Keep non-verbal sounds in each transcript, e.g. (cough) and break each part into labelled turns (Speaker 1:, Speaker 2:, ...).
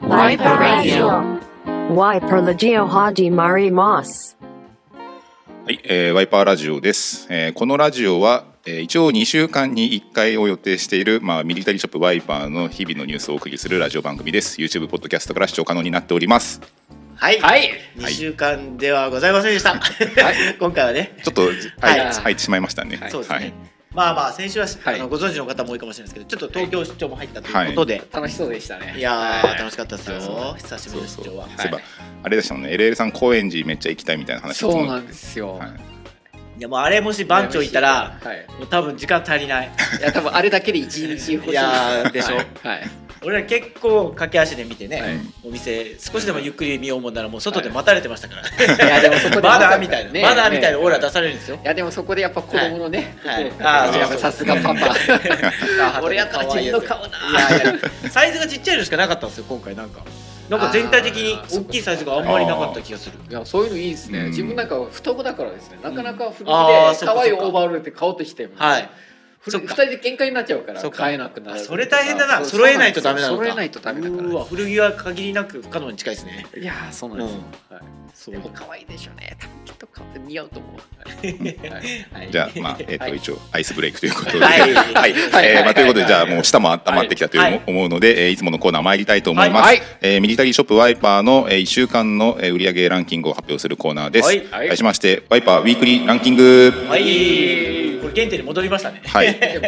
Speaker 1: Wiper Radio.
Speaker 2: Wiper Radio Hajimari Mas.。
Speaker 3: はい、えーワイパーラジオです、えーこのラジオは、えー一応2週間に1回を予定している、まあ、ミリタリーショップワイパーの日々のニュースをお送りするラジオ番組です YouTube ポッドキャストから視聴可能になっております
Speaker 4: はい。
Speaker 1: はい。
Speaker 4: 2週間ではございませんでした。 (laughs) 今回はね。
Speaker 3: ちょっとはい、
Speaker 4: はい
Speaker 3: 入ってしまいましたね
Speaker 1: はい
Speaker 4: そうですね。
Speaker 3: はい
Speaker 4: まあまあ、先週は、
Speaker 1: はい
Speaker 4: あのご存知の方も多いかもしれないですけど、ちょっと東京出張も入ったということで、
Speaker 1: 楽しそうでしたね。
Speaker 4: い、やー、楽しかったですよ
Speaker 1: は。
Speaker 4: 久しぶりの出張は。
Speaker 3: そういえばあれでしたもんね LL さん高円寺めっちゃ行きたいみたいな話
Speaker 1: そうなんんですよ。
Speaker 3: はい
Speaker 4: いや、もうあれもし番長いたら、
Speaker 1: はい。
Speaker 4: もう多分時間足りない。
Speaker 1: いや、多分あれだけで一日欲しい。
Speaker 4: いやーでしょ
Speaker 1: はいはい。
Speaker 4: 俺ら結構駆け足で見てね、
Speaker 1: はい
Speaker 4: お店少しでもゆっくり見ようもんならもう外で待たれてましたから、
Speaker 1: いやでもそこで
Speaker 4: まだみたいな、
Speaker 1: ね
Speaker 4: まだみたいなオーラ出されるんですよ、
Speaker 1: いやでもそこでやっぱ子供のね、
Speaker 4: はいはい
Speaker 1: 心が
Speaker 3: あー
Speaker 1: やっぱさすがパパ。
Speaker 4: (laughs)
Speaker 1: 俺やったら
Speaker 4: 可愛
Speaker 1: 自
Speaker 4: いや
Speaker 1: 分
Speaker 4: つ
Speaker 1: の顔だ
Speaker 4: いやいやサイズがちっちゃいのしかなかったんですよ今回なんかなんか全体的に大きいサイズがあんまりなかった気がする
Speaker 1: いやそういうのいいですね、
Speaker 3: うん
Speaker 1: 自分なんか双子だからですねなかなか古着で
Speaker 4: あーそっか
Speaker 1: 可愛い
Speaker 4: そっか
Speaker 1: オーバーオールって買おうとしても
Speaker 4: はい
Speaker 1: 古着
Speaker 4: そっ
Speaker 1: 二
Speaker 4: か
Speaker 1: 人で喧嘩になっちゃうから
Speaker 4: そっか
Speaker 1: 買えなくなる
Speaker 4: あそれ大変だな
Speaker 1: そう
Speaker 4: 揃えないとダメなのか
Speaker 1: 揃えないとダメだから
Speaker 4: うーわ古着は限りなく不可能に近いですね
Speaker 1: いやーそうなんですよ、はい
Speaker 4: そう
Speaker 1: でも可愛いでしょうね。多分きっと可愛い似合うと思う。はい
Speaker 4: はい
Speaker 3: じゃあまあえっ、と、
Speaker 4: はい
Speaker 3: 一応アイスブレイクということで
Speaker 4: (laughs) はい
Speaker 3: はい
Speaker 1: はい
Speaker 3: えーまあということでじゃあもう舌も温
Speaker 1: は
Speaker 3: ま
Speaker 1: い
Speaker 3: ってきたという
Speaker 4: はい
Speaker 3: 思うので、えーいつものコーナー参りたいと思います、
Speaker 1: はい
Speaker 3: えーミリタリーショップワイパーの、えー、1週間の、えー売上ランキングを発表するコーナーです、
Speaker 4: はい
Speaker 1: はい
Speaker 3: 題しましてワイパーウィークリーランキング
Speaker 4: は
Speaker 3: はい、
Speaker 4: いこれ原点に戻り
Speaker 1: (laughs)
Speaker 4: ましたね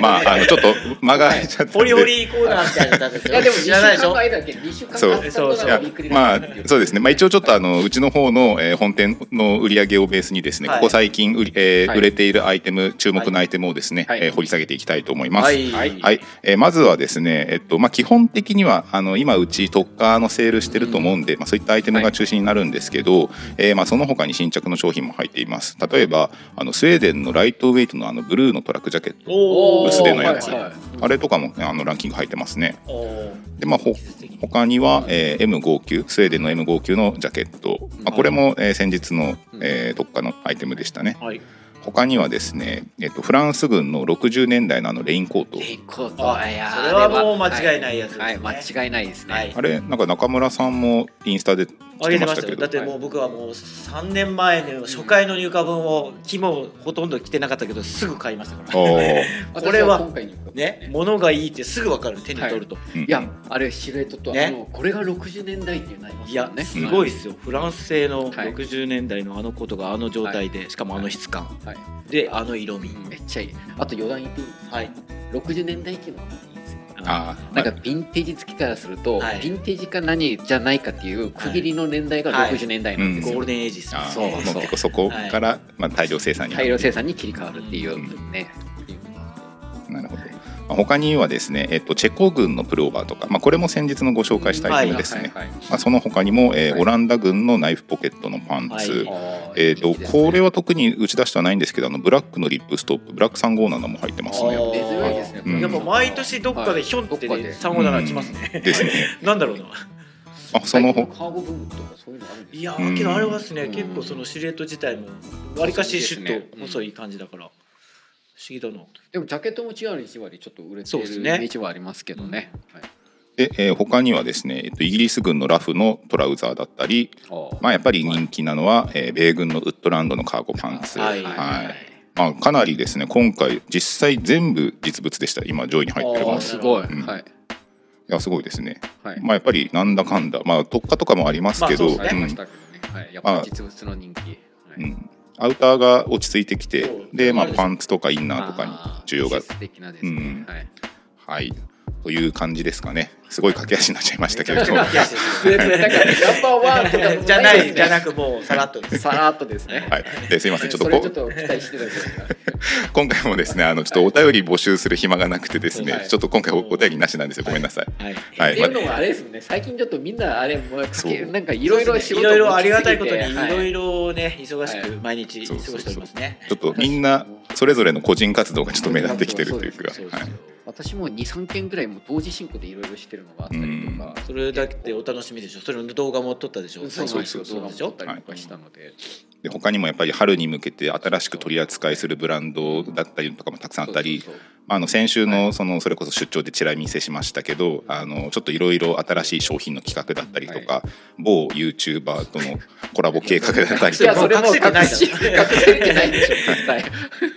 Speaker 3: まああのちょっと間が空いちゃったんで
Speaker 4: ホリホリコーナーみたいな感じです
Speaker 1: い
Speaker 4: よ
Speaker 1: やでも
Speaker 4: 知
Speaker 1: 二週
Speaker 4: らないでし
Speaker 1: 間
Speaker 4: ょ
Speaker 1: 前だっけ二週間
Speaker 3: そう
Speaker 1: 経ったこと
Speaker 4: そう
Speaker 3: い
Speaker 1: な
Speaker 3: や
Speaker 1: のびっくり
Speaker 3: ま
Speaker 1: だ
Speaker 3: あ
Speaker 1: ったっていう
Speaker 3: そうですね、まあ、一応ちょっとあのうちの方の、えー本店の売り上げをベースにですね、
Speaker 4: はい
Speaker 3: ここ最近売り、えー
Speaker 1: はい
Speaker 3: 売れているアイテム注目のアイテムをですね、
Speaker 1: はい
Speaker 3: えー掘り下げていきたいと思います、
Speaker 4: はい
Speaker 3: はい、えーまずはですね、えっとまあ、基本的にはあの今うち特化のセールしてると思うんで、まあ、そういったアイテムが中心になるんですけど、えーまあ、その他に新着の商品も入っています例えばあのスウェーデンのライトウェイトのあのブルーのトラックジャケット
Speaker 4: おー
Speaker 3: 薄手のやつ
Speaker 1: はいはい
Speaker 3: あれとかも、ね、あのランキング入ってますね
Speaker 4: おー
Speaker 3: でまあほ
Speaker 4: 技術的に
Speaker 3: 他には、えー M59 スウェーデンの M59 のジャケット、まあ、これも、えー先日の、えー特化のアイテムでしたね
Speaker 4: はい
Speaker 3: 他にはですね、えっと、フランス軍の60年代のあのレインコート
Speaker 1: レインコート
Speaker 4: あ
Speaker 1: いやー
Speaker 4: それはもう間違いないやつですね
Speaker 1: はい、はい間違いないですね。
Speaker 4: はい
Speaker 3: あれなんか中村さんもインスタで
Speaker 4: あ
Speaker 3: して
Speaker 4: げて
Speaker 3: ま
Speaker 4: ま
Speaker 3: し
Speaker 4: したた
Speaker 3: け
Speaker 4: よ
Speaker 3: ど
Speaker 4: だってもう僕はもう3年前の初回の入荷分を昨日ほとんど着てなかったけどすぐ買いましたから
Speaker 3: おー
Speaker 1: 私
Speaker 4: これは
Speaker 1: 今回に
Speaker 4: ね物がいいってすぐ分かる手に取ると、
Speaker 3: うん
Speaker 1: いやあれシルエットと、
Speaker 4: ね
Speaker 1: あのこれが60年代っていうのあります
Speaker 4: い
Speaker 1: よ
Speaker 4: や
Speaker 1: ね。
Speaker 4: すごい
Speaker 1: い。
Speaker 4: ですよフランス製の
Speaker 1: はい
Speaker 4: 60年代のあのことがあの状態で、しかもあの質感、
Speaker 1: はい。
Speaker 4: であの色味、
Speaker 1: めっちゃいい。あと余談言っていい？
Speaker 4: はい
Speaker 1: 60年代っていうのがいいんですよ。
Speaker 3: あー
Speaker 1: なんかヴィンテージ付きからすると、
Speaker 4: は
Speaker 1: ヴ
Speaker 4: い
Speaker 1: ィンテージか何じゃないかっていう区切りの年代が
Speaker 4: はい
Speaker 1: 60年代なんです
Speaker 4: ゴ
Speaker 1: よ。
Speaker 4: ールデンエイジですよ
Speaker 3: あ
Speaker 4: ね
Speaker 3: ー
Speaker 1: そう
Speaker 3: もう結構そこから、まあ、大量生産にな
Speaker 1: 大量生産に切り替わるっていうね。
Speaker 3: なるほど、まあ他にはですね、えっと、チェコ軍のプローバーとか、まあ、これも先日のご紹介したアイテムですね、
Speaker 1: はいはい
Speaker 3: まあ、その他にも、えー
Speaker 1: はい
Speaker 3: オランダ軍のナイフポケットのパンツ、
Speaker 4: は
Speaker 1: あ
Speaker 4: い
Speaker 1: ー
Speaker 3: えー、と
Speaker 1: いいですね
Speaker 3: これは特に打ち出してはないんですけどあのブラックのリップストップブラック357も入ってますね
Speaker 4: あー
Speaker 1: 根強いですね。これ
Speaker 3: うん
Speaker 4: やっぱ毎年どっかでひょんって
Speaker 1: はいどっかで
Speaker 4: 3号7来ますね、
Speaker 3: で
Speaker 1: (laughs)
Speaker 3: すね
Speaker 4: (laughs) なんだろうな
Speaker 3: あそ
Speaker 1: 最
Speaker 3: のほ
Speaker 1: 近カーゴブームとかそういうのあるんですか
Speaker 4: いや
Speaker 3: う
Speaker 4: ー
Speaker 3: ん
Speaker 4: けどあれはですね、
Speaker 1: うん
Speaker 4: 結構そのシルエット自体もわりかしシュッと細い感じだから、不思議だな
Speaker 1: でもジャケットも違うに1割ちょっと売れて
Speaker 4: そう
Speaker 1: る
Speaker 4: です
Speaker 1: イ
Speaker 4: ね
Speaker 1: メージはありますけどね。はい
Speaker 3: で、えー他にはですね、えっと、イギリス軍のラフのトラウザーだったり、まあ、やっぱり人気なのは、えー米軍のウッドランドのカーゴパンツ、
Speaker 4: はい
Speaker 3: まあ、かなりですね今回実際全部実物でした今上位に入ってる
Speaker 4: あ
Speaker 3: も
Speaker 1: あ
Speaker 3: の
Speaker 1: あ
Speaker 3: い
Speaker 1: すごい、
Speaker 3: うん
Speaker 1: はい
Speaker 3: やすごいですね、
Speaker 1: はい。
Speaker 3: まあ、やっぱりなんだかんだ、まあ、特化とかもありますけど、
Speaker 4: まあそう
Speaker 1: あ
Speaker 4: です
Speaker 1: り
Speaker 3: う
Speaker 1: ま
Speaker 3: ん
Speaker 1: したけどね。はい、やっぱ実物の人気。はい
Speaker 3: うんアウターが落ち着いてきて
Speaker 4: そう
Speaker 3: で、まあ、
Speaker 4: そうです
Speaker 3: パンツとかインナーとかに需要が
Speaker 1: 季節的なですね。
Speaker 3: うん
Speaker 1: はい。
Speaker 3: はいという感じですかねすごい駆け足になっちゃいましたけれども
Speaker 4: 駆け足ですね
Speaker 1: だからナンバーワンとかも
Speaker 4: (laughs) じゃないじゃ
Speaker 1: な
Speaker 4: なくもうさらっとです
Speaker 1: くさらっとですね。
Speaker 3: はい、ですいませんちょっ
Speaker 1: そ
Speaker 3: と
Speaker 1: れ
Speaker 3: こ
Speaker 1: ちょっと期待してたんですが。
Speaker 3: 今回もですねあのちょっとお便り募集する暇がなくてですね、
Speaker 4: はい
Speaker 3: ちょっと今回おお便りなしなんですよごめんなさい、
Speaker 4: はい
Speaker 3: は
Speaker 1: って
Speaker 3: い
Speaker 1: い
Speaker 3: ま
Speaker 1: うのもあれですもんね。最近ちょっとみんなあれもう
Speaker 3: そう
Speaker 1: なんかいろいろ仕
Speaker 4: い
Speaker 1: 事
Speaker 4: ろいろ
Speaker 1: も
Speaker 4: あ
Speaker 1: 来すぎて
Speaker 4: りがたいことにい
Speaker 1: は
Speaker 4: ろいろね忙し
Speaker 1: はい
Speaker 4: く毎日過
Speaker 3: そう
Speaker 4: ご
Speaker 3: そうそう
Speaker 4: しておりますね。
Speaker 3: ちょっとみんなそれぞれの個人活動がちょっと目立ってきてるというか
Speaker 1: そうです
Speaker 3: はい
Speaker 1: よ私も2、3件ぐらいもう同時進行でいろいろしてるのがあったりとか、
Speaker 4: それだけでお楽しみでしょ。それの動画も撮ったでしょ。
Speaker 1: そうそうそう動
Speaker 4: 動画
Speaker 1: 画
Speaker 4: で
Speaker 1: も
Speaker 4: し
Speaker 1: 撮
Speaker 4: ょ
Speaker 1: っ。たりとかしたので、
Speaker 3: で他にもやっぱり春に向けて新しく取り扱いするブランドだったりとかもたくさんあったり
Speaker 1: そうそう
Speaker 3: あの先週のそのそれこそ出張でちら見せしましたけどあのちょっといろいろ新しい商品の企画だったりとか某 YouTuber とのコラボ計画だったり
Speaker 1: い
Speaker 3: と
Speaker 1: や
Speaker 3: か
Speaker 1: それも
Speaker 4: 隠
Speaker 1: 隠
Speaker 4: せ
Speaker 1: しててな
Speaker 4: な
Speaker 1: いい
Speaker 4: だ
Speaker 1: でしょ
Speaker 4: ろ
Speaker 1: 絶
Speaker 4: (laughs)
Speaker 1: 対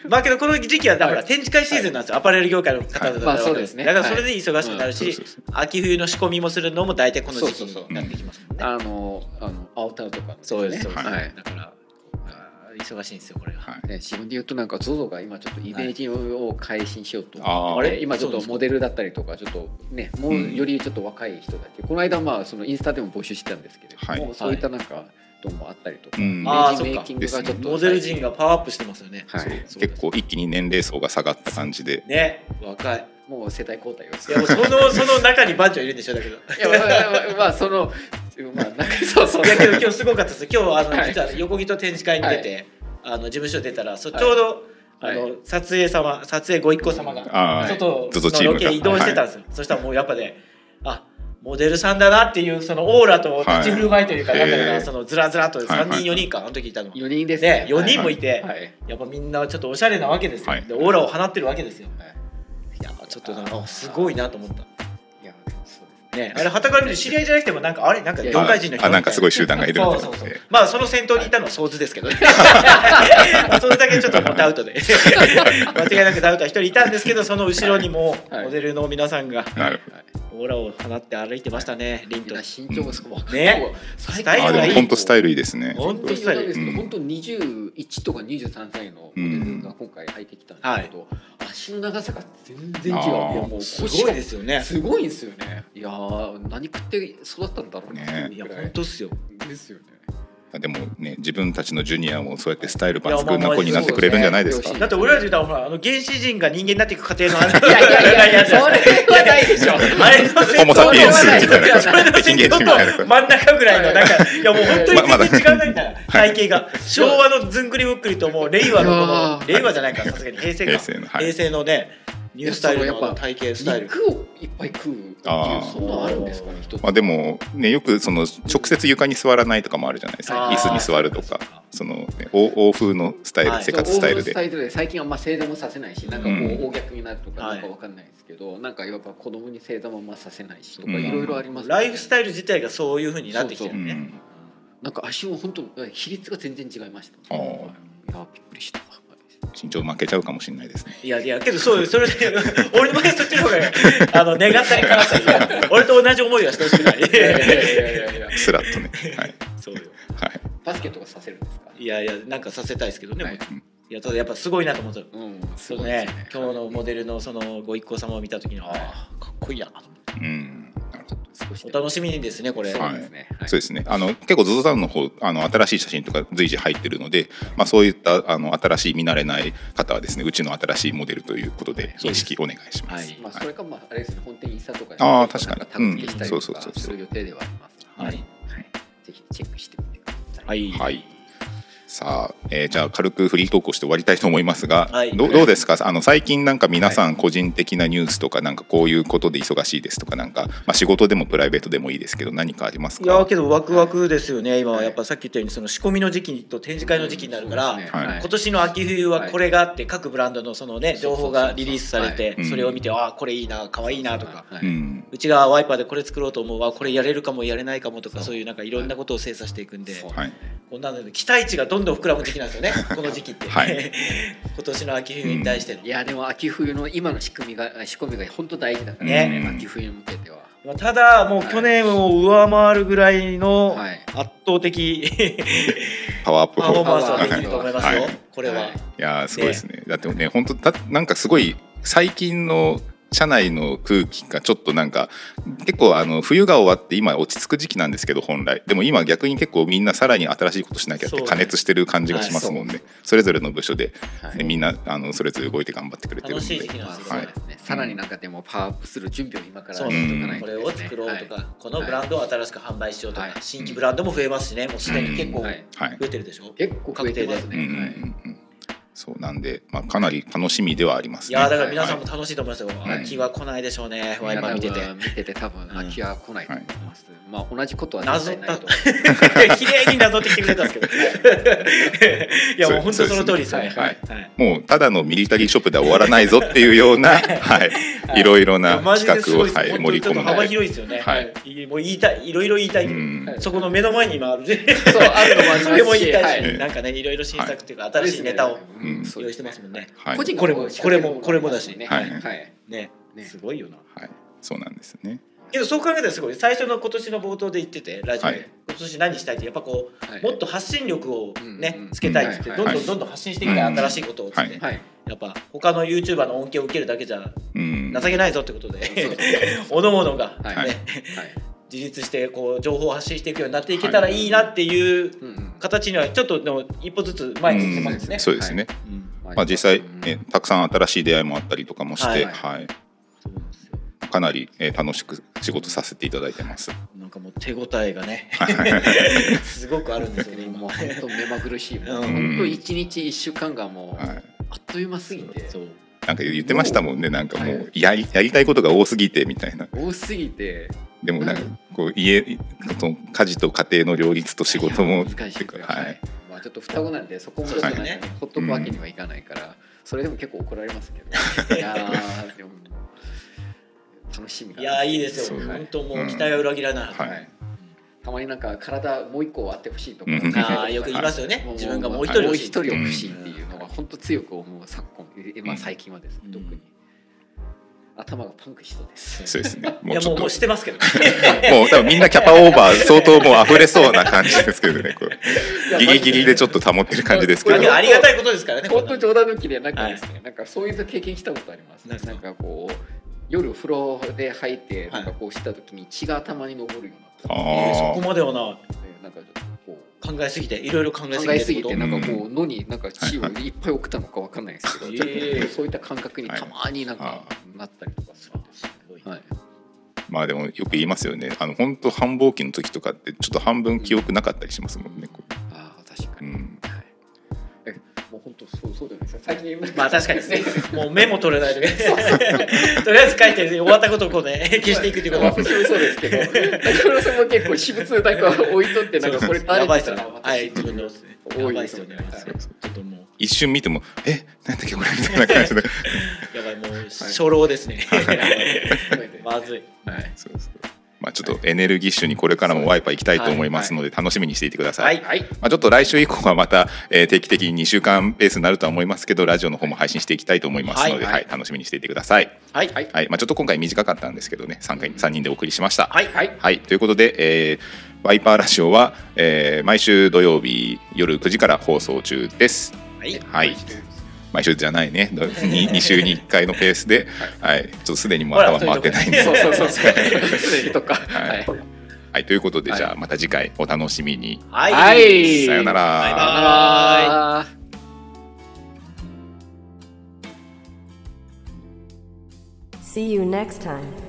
Speaker 4: まあけどこの時期はだから
Speaker 1: はい
Speaker 4: 展示会シーズンなんですよ、アパレル業界の方だった
Speaker 1: まあ
Speaker 4: ら
Speaker 1: そうですね
Speaker 4: だからそれで忙しくなるし、
Speaker 3: はいそうそう
Speaker 4: 秋冬の仕込みもするのも大体この時期
Speaker 1: そうそう
Speaker 3: そう
Speaker 4: になってきますもんね
Speaker 1: あのあの青タウとか
Speaker 4: そうですそう
Speaker 1: ね
Speaker 4: です、
Speaker 1: はい
Speaker 4: だからあー忙しいんですよこれが、
Speaker 3: はい
Speaker 1: ね自分で言うとなんか ZOZO が今ちょっとイメージを改新しようと、
Speaker 3: あー
Speaker 1: あれ今ちょっとモデルだったりとかちょっとねも
Speaker 3: うん
Speaker 1: うよりちょっと若い人たち、この間まあそのインスタでも募集してたんですけれども、
Speaker 3: は
Speaker 1: そういったなんかどうもあったりとか、
Speaker 3: う
Speaker 1: イ
Speaker 3: ん
Speaker 1: メ
Speaker 4: あー
Speaker 1: ージメイキングがちょっと
Speaker 4: モデル陣がパワーアップしてますよね、
Speaker 1: はい
Speaker 4: そう
Speaker 3: 結構一気に年齢層が下がった感じで
Speaker 4: ね若い
Speaker 1: もう世代交代をし
Speaker 4: いやもうそのその中に番長いるんでしょだけど
Speaker 1: いやまあまあまあそのまあなんかそうそう
Speaker 4: いやけど今日すごかったです今日あの、
Speaker 1: はい
Speaker 4: 実は横木と展示会に出て、あの事務所出たらそちょうど、
Speaker 1: はい
Speaker 4: あの撮影様撮影ご一行様が
Speaker 3: あー
Speaker 4: 外
Speaker 3: ゾゾチー
Speaker 4: の
Speaker 3: ム
Speaker 4: ロ
Speaker 3: が
Speaker 4: ケ移動してたんですよ、そしたらもうやっぱねあモデルさんだなっていうそのオーラと立ち振る舞いというか、
Speaker 3: はい
Speaker 4: なんだろう
Speaker 3: へ
Speaker 4: な
Speaker 3: ー
Speaker 4: そのずらずらと3
Speaker 3: はいはい
Speaker 4: 人4人かあの時いたの、
Speaker 1: 4人です
Speaker 4: で4
Speaker 1: 四
Speaker 4: 人もいて、
Speaker 1: はい
Speaker 4: やっぱみんなちょっとおしゃれなわけですよ、
Speaker 3: はい
Speaker 4: でオーラを放ってるわけですよ
Speaker 1: はい
Speaker 4: いやちょっとなんかあすごいなと思った
Speaker 1: いやそうです
Speaker 4: ねあれはたから見ると知り合いじゃなくてもなんかあれなんか業界人の人
Speaker 3: あなんかすごい集団がいるみたいな
Speaker 4: そうそうそう
Speaker 3: ええ
Speaker 4: まあその先頭にいたのは想像ですけどねそれだけちょっともうダウトで間違いなくダウトは一人いたんですけどその後ろにも
Speaker 1: はい
Speaker 4: モデルの皆さんが
Speaker 3: なる
Speaker 4: オーラを放って歩いてましたね凛
Speaker 1: みん
Speaker 4: と
Speaker 1: な身長がすごい、
Speaker 4: ね
Speaker 1: 最
Speaker 4: スタイル
Speaker 3: あ
Speaker 4: が
Speaker 3: で
Speaker 4: いい
Speaker 3: も本当スタイルいいですね
Speaker 4: 本当
Speaker 1: 本
Speaker 4: ス
Speaker 1: 当
Speaker 4: タ
Speaker 1: なんですけ
Speaker 4: イル
Speaker 1: ど、
Speaker 3: うん
Speaker 1: 本当21とか23歳のモデルが今回入ってきたんですけど、足の長さが全然違う。い
Speaker 3: あー
Speaker 1: やもう
Speaker 4: す
Speaker 1: 腰
Speaker 4: ごい
Speaker 1: が
Speaker 4: ですよね
Speaker 1: すごいんですよね。いやー何食って育ったんだろうね。
Speaker 3: ね
Speaker 4: いや本当っすよ
Speaker 1: ですよね。
Speaker 3: でもね自分たちのジュニアもそうやってスタイル抜群な子になってくれるんじゃないですか
Speaker 1: いや
Speaker 4: だって俺らで言ったらほらあの原始人が人間になっていく過程のあの
Speaker 1: いやいや
Speaker 4: (laughs)
Speaker 1: いやいやそれ
Speaker 4: あ
Speaker 1: はないでしょ。
Speaker 4: れの先
Speaker 3: ホモ・サ
Speaker 4: 頭
Speaker 3: ピエンスみたいな
Speaker 4: それの
Speaker 3: 人間
Speaker 4: 先
Speaker 3: 人
Speaker 4: 頭
Speaker 3: み
Speaker 4: と
Speaker 3: たいな
Speaker 4: 真ん中ぐらいのなんかいやもう本当に
Speaker 3: ままだ
Speaker 4: 全然違うなみたいな体型が昭和のずんぐりむっくりともう令和のこの
Speaker 1: いやー
Speaker 4: 令和じゃないからさすがに平成
Speaker 3: 平
Speaker 4: か
Speaker 3: 成のはい
Speaker 4: 平成のねニュースタイルの
Speaker 1: いやそのやっぱ
Speaker 4: 体型スタイル
Speaker 1: 肉をいっぱい食うっていう
Speaker 3: あー
Speaker 1: そんなのあるんですかね人って
Speaker 3: まあでもねよくその直接床に座らないとかもあるじゃないですか
Speaker 4: あー
Speaker 3: 椅子に座るとかその、ね、欧欧風のスタイル、
Speaker 4: はい
Speaker 3: 生活スタイルで
Speaker 1: スタイルで最近はあんま正座もさせないしなんかこ
Speaker 3: うん
Speaker 1: う大逆になるとか
Speaker 4: はい
Speaker 1: なんかわかんないですけど、なんかやっぱ子供に正座もあんまさせないしとか
Speaker 3: うん
Speaker 1: いろいろあります、
Speaker 4: ライフスタイル自体がそういう風になってきてる
Speaker 3: う
Speaker 4: ね
Speaker 3: ん
Speaker 1: なんか足も本当比率が全然違いました
Speaker 3: あ
Speaker 1: い
Speaker 3: ー
Speaker 1: やびっくりした
Speaker 3: 身長負けちゃうかもしれない
Speaker 4: (laughs)
Speaker 3: ですね
Speaker 4: いやいやけどそうよそれで (laughs) 俺の場合そっちの方があの願ったりかなったり俺と同じ思いはしてほしくない
Speaker 1: いやいやいやいやいや
Speaker 3: スラッとねはい
Speaker 4: (laughs) そうよ
Speaker 3: はい
Speaker 1: (laughs) バスケとかさせるんですか
Speaker 4: いやいやなんかさせたいですけどね、
Speaker 1: はいい、
Speaker 4: やただやっぱすごいなと思った
Speaker 1: うんす
Speaker 4: そ
Speaker 1: ご
Speaker 4: の
Speaker 1: いで
Speaker 4: ね
Speaker 1: す
Speaker 4: 今日のモデルのそのご一行様を見た時に、
Speaker 1: はい
Speaker 4: ああかっこいいなと思って
Speaker 3: うんなるほど
Speaker 1: 少し
Speaker 4: お
Speaker 1: で
Speaker 4: 楽しみにですねこれ
Speaker 1: そう
Speaker 3: はい
Speaker 1: ですね、はい
Speaker 3: そうですねあの結構 ZOZO さんの方あの新しい写真とか随時入ってるので、まあ、そういったあの新しい見慣れない方はですねうちの新しいモデルということで認識お願いします。
Speaker 1: まあそれかまああれですね本店インスタとかで
Speaker 3: あー確かに
Speaker 1: なんタグ付けしたり
Speaker 3: うん
Speaker 1: と
Speaker 3: そうそうそ
Speaker 1: か
Speaker 3: うそう
Speaker 1: する予定ではあります、
Speaker 4: はい
Speaker 1: ぜひチェックしてみてください
Speaker 4: はい、
Speaker 3: はい。さあ、えーじゃあ軽くフリートークをして終わりたいと思いますが、
Speaker 4: はい
Speaker 3: どうどうですかあの最近なんか皆さん個人的なニュースとかなんかこういうことで忙しいですとかなんか、まあ、仕事でもプライベートでもいいですけど何かあります
Speaker 4: いや
Speaker 3: か
Speaker 4: ーけどワクワクですよね今は
Speaker 1: はい
Speaker 4: やっぱさっき言ったようにその仕込みの時期と展示会の時期になるから、
Speaker 1: うんそうです
Speaker 3: はい
Speaker 4: 今年の秋冬はこれがあって各ブランドのそのね
Speaker 1: そうそう
Speaker 4: 情
Speaker 1: そう
Speaker 4: 報がリリースされて
Speaker 3: はい
Speaker 4: それを見てああこれいいなかわいいなとか
Speaker 1: は
Speaker 3: う
Speaker 1: い
Speaker 3: ん、
Speaker 4: うちがワイパーでこれ作ろうと思うわこれやれるかもやれないかもとかそういうなんかいろんなことを精査していくんで
Speaker 1: そう
Speaker 3: はい、
Speaker 4: こんなので期待値がどんどん膨らむ時期なんですよねこの時期って、
Speaker 3: はい
Speaker 4: (laughs) 今年の秋冬に対しての、
Speaker 1: いやでも秋冬の今の仕組みが仕込みが本当大事だから
Speaker 4: ね
Speaker 1: 秋冬に向けては
Speaker 4: まあただもう
Speaker 1: はい
Speaker 4: 去年を上回るぐらいの
Speaker 1: はい
Speaker 4: 圧倒的
Speaker 3: パワーアップ
Speaker 4: パフォ
Speaker 3: 法
Speaker 4: ーマンスはできると思いますよ、
Speaker 3: はい
Speaker 4: これは、
Speaker 1: はい
Speaker 3: いやーすごいですねだってね本当たなんかすごい最近の社内の空気がちょっとなんか結構あの冬が終わって今落ち着く時期なんですけど本来でも今逆に結構みんなさらに新しいことしなきゃっ
Speaker 4: そう
Speaker 3: て
Speaker 4: ね
Speaker 3: 加熱してる感じがしますもんね、それぞれの部署で、
Speaker 1: はい
Speaker 3: ねみんなあのそれぞれ動いて頑張ってくれてるの
Speaker 4: 楽しい時
Speaker 3: で
Speaker 4: 期なん
Speaker 1: まあ
Speaker 4: ですよ、
Speaker 1: そうですねさらになんかでもパワーアップする準備を今から
Speaker 4: そう
Speaker 1: やっ
Speaker 4: な
Speaker 1: て
Speaker 4: ん
Speaker 1: お
Speaker 4: で
Speaker 1: か
Speaker 4: す
Speaker 1: ないと
Speaker 4: これ
Speaker 1: いけ
Speaker 4: を
Speaker 1: ないですね
Speaker 4: 作ろうとか、
Speaker 1: はい
Speaker 4: このブランドを新しく販売しようとか、
Speaker 1: はい
Speaker 4: 新規ブランドも増えますしねもうすでに結構
Speaker 1: うん
Speaker 4: 増
Speaker 1: はい
Speaker 3: はい、
Speaker 4: えてるでしょ、
Speaker 1: 結構増えてます
Speaker 3: うんうんう
Speaker 1: ね
Speaker 3: んうんそうなんで、まあ、かなり楽しみではあります、
Speaker 4: い
Speaker 3: ね、
Speaker 4: やーだから皆さんも楽しいと思いますよ、
Speaker 3: はい
Speaker 4: 秋は来ないでしょうね、ワイパ
Speaker 1: 見
Speaker 4: ー見て
Speaker 1: て
Speaker 4: て
Speaker 1: て見てて多分
Speaker 4: うん
Speaker 1: 秋は来ないと思います、まあ同じことは
Speaker 4: な
Speaker 1: 絶
Speaker 4: ぞっ
Speaker 1: 対
Speaker 4: た
Speaker 1: ない
Speaker 4: と
Speaker 1: と
Speaker 4: 綺麗になぞってきてくれたんですけどいやもう本当その通りですよね
Speaker 3: そうです
Speaker 4: はい
Speaker 3: もうただのミリタリーショップでは終わらないぞっていうような、 (laughs) はい、いろいろ
Speaker 4: い
Speaker 3: な
Speaker 4: やマジ
Speaker 3: 企
Speaker 4: です
Speaker 3: 画
Speaker 4: ご
Speaker 3: を、
Speaker 4: いです、
Speaker 3: はい、盛り
Speaker 4: 本当にちょっ
Speaker 3: 込
Speaker 4: と
Speaker 3: ま
Speaker 4: 幅
Speaker 3: れて
Speaker 4: 広いですよ
Speaker 3: (laughs)
Speaker 4: ね、
Speaker 3: はい
Speaker 4: い、もう言いたいいろいろ言いたいけ
Speaker 3: う
Speaker 4: ど、
Speaker 3: ん
Speaker 1: はい
Speaker 4: そこの目の前に今あるで
Speaker 1: そうあるのもあり
Speaker 4: そ
Speaker 1: ま
Speaker 4: れも
Speaker 1: す
Speaker 4: 言い
Speaker 1: し、
Speaker 4: たいし、
Speaker 3: はい
Speaker 4: なんかねいろいろ新作っていうか、新しいネタを
Speaker 3: うん
Speaker 1: そう
Speaker 4: 用
Speaker 1: で
Speaker 4: 意し
Speaker 1: す
Speaker 4: てますもんね
Speaker 3: はい
Speaker 1: 個人が
Speaker 4: これもこれもこれもだし
Speaker 1: ね
Speaker 3: はい
Speaker 1: はい
Speaker 4: ね
Speaker 1: ね
Speaker 4: すごいよな
Speaker 3: はい、そうなんですね。
Speaker 4: けどそう考えたらすごい最初の今年の冒頭で言っててラジオで、
Speaker 3: はい
Speaker 4: 今年何したいってやっぱこう、
Speaker 1: はい
Speaker 4: もっと発信力をね、
Speaker 1: うんうん
Speaker 4: つけたいっつって、
Speaker 1: うん
Speaker 4: どん
Speaker 3: は
Speaker 4: ど
Speaker 3: い
Speaker 4: んどんどん発信していきたい、
Speaker 3: うん
Speaker 4: 新しいことをっつって、
Speaker 3: はい
Speaker 1: はい
Speaker 4: やっぱ他の YouTuber の恩恵を受けるだけじゃ
Speaker 3: うん、
Speaker 4: 情けないぞってことで、
Speaker 1: そうそうそう
Speaker 4: (laughs) おのおのが、
Speaker 1: はい
Speaker 4: ね
Speaker 1: はい
Speaker 4: 自立してこう情報を発信していくようになっていけたらいいなっていう
Speaker 1: うんうん
Speaker 4: 形にはちょっとでも一歩ずつ前に進んでますね。
Speaker 3: そうですね。
Speaker 4: うん
Speaker 3: まあ、実際、
Speaker 1: う
Speaker 3: ね
Speaker 1: ん、
Speaker 3: たくさん新しい出会いもあったりとかもして、
Speaker 4: は
Speaker 3: はいい、
Speaker 4: そうなんですよ
Speaker 3: かなり、えー楽しく仕事させていただいてます。
Speaker 4: なんかもう手応えがねすごくあるんですよね今
Speaker 1: もう本当目まぐるしいもう
Speaker 4: う
Speaker 1: 本
Speaker 4: ん
Speaker 1: 当一日一週間がもう
Speaker 3: はい、
Speaker 1: あっという間すぎて
Speaker 4: そう
Speaker 3: なんか言ってましたもんね、なんかもうやりやりたいことが多すぎてみたいな。
Speaker 1: 多すぎて
Speaker 3: でもなんかこう家その家事と家庭の両立と仕事も
Speaker 1: いや難しいですよ
Speaker 3: は
Speaker 1: はい
Speaker 3: い、
Speaker 1: まあちょっと双子なんでそこもちょっと
Speaker 4: そうです
Speaker 1: ね
Speaker 4: ね
Speaker 1: ほっとくわけにはいかないからそれでも結構怒られますけどいやーでも楽しみが
Speaker 4: いやーいいですよ
Speaker 3: そう
Speaker 4: 本当も
Speaker 3: う
Speaker 4: うん期待は裏切らない、
Speaker 3: はい
Speaker 1: はいたまになんか体もう一個あってほしいとか
Speaker 3: うん
Speaker 4: あーよく言いますよね、
Speaker 1: もう
Speaker 4: 自分がもう一
Speaker 1: もう
Speaker 4: 人欲
Speaker 1: 一
Speaker 4: しい
Speaker 1: 人欲しいっていうのが本当強く思う昨今えまあ最近はですね
Speaker 4: うん
Speaker 1: 特に頭がパンクしそう (laughs) です
Speaker 3: そうです (laughs) ね。
Speaker 4: い
Speaker 3: もう
Speaker 4: や
Speaker 3: ちょっと
Speaker 4: もうも
Speaker 3: も
Speaker 4: うしてますけど
Speaker 3: う多分みんなキャパオー (laughs) バー相当もう溢れそうな感じですけどね。こうギリギリでちょっと保ってる感じですけ
Speaker 4: まあ
Speaker 3: ど
Speaker 4: で。もありがたいことですからね
Speaker 1: 本当
Speaker 4: こん
Speaker 1: に
Speaker 4: な
Speaker 1: 冗
Speaker 4: の
Speaker 1: 談抜きでなんかですね、なんかそういう経験したことあります。
Speaker 4: な
Speaker 1: なんん
Speaker 4: すか
Speaker 1: かこう夜風呂で入って
Speaker 4: は
Speaker 1: ないんかこうした時に血が頭に上るようになっ
Speaker 4: えー
Speaker 3: あ
Speaker 4: そこまではな
Speaker 1: たので、なんかちょっとこう
Speaker 4: 考えすぎていろいろ考えす
Speaker 1: 考えす
Speaker 4: ぎ
Speaker 1: ぎて
Speaker 4: てってこ
Speaker 1: なんかこ
Speaker 3: う
Speaker 1: う野になんか血をいっぱい送ったのかわかんないですけど、
Speaker 4: はい
Speaker 1: ちょっとね
Speaker 4: ええ
Speaker 1: そういった感覚にたまになん
Speaker 3: はい
Speaker 1: かなったりとかするんですよ。
Speaker 4: とすごい
Speaker 1: はい。
Speaker 3: あまあでもよく言いますよね。あの本当繁忙期の時とかってちょっと半分記憶なかったりしますもんね。こ
Speaker 1: ああ確か
Speaker 3: うう
Speaker 1: に。
Speaker 3: ん、
Speaker 1: はい。えもう本当そうそうじゃないですか。最近
Speaker 4: まあ確かにですね。もうメモ取れないととりあえず書いて終わったことをこうね消していくっていうこと
Speaker 1: (laughs) まあ私もそうですけど、中村さんも結構私物なんか置いとってなんかこれ
Speaker 4: やばいっす
Speaker 1: 誰だろう。
Speaker 4: よねはい、
Speaker 1: 私
Speaker 4: 自分の。やばいっすよね。ちょっとも
Speaker 3: 一瞬見てもえなんだっけこれみたいな感じ (laughs) で。
Speaker 4: う、やばい、もう初老です (laughs) ね。まずい。
Speaker 1: はい。
Speaker 3: そうそうまあちょっとエネルギッシュにこれからもワイパー行きたいと思いますので楽しみにしていてください。
Speaker 4: はい。
Speaker 1: はい。
Speaker 3: まあ、ちょっと来週以降はまた、えー定期的に2週間ペースになるとは思いますけどラジオの方も配信していきたいと思いますので、
Speaker 1: は
Speaker 3: はいい楽しみにしていてください、
Speaker 4: はい。
Speaker 1: はい。
Speaker 3: はいまあ、ちょっと今回短かったんですけどね3, 回3人でお送りしました、
Speaker 4: はい。
Speaker 1: はい。
Speaker 3: はい、ということで、えーワイパーラジオは、えー毎週土曜日夜9時から放送中です
Speaker 4: はい。
Speaker 3: はい毎週じゃないね 2, 週に1回のペースで、はい、ちょっとすでにもう頭回ってないんで
Speaker 1: そうそうそうそう。とか。
Speaker 3: は
Speaker 1: はいい。
Speaker 3: はい、ということで、
Speaker 1: はい
Speaker 3: じゃあまた次回お楽しみに、
Speaker 4: はい。
Speaker 1: はい
Speaker 3: さよなら
Speaker 4: バイバイ
Speaker 1: あー
Speaker 2: See you next time.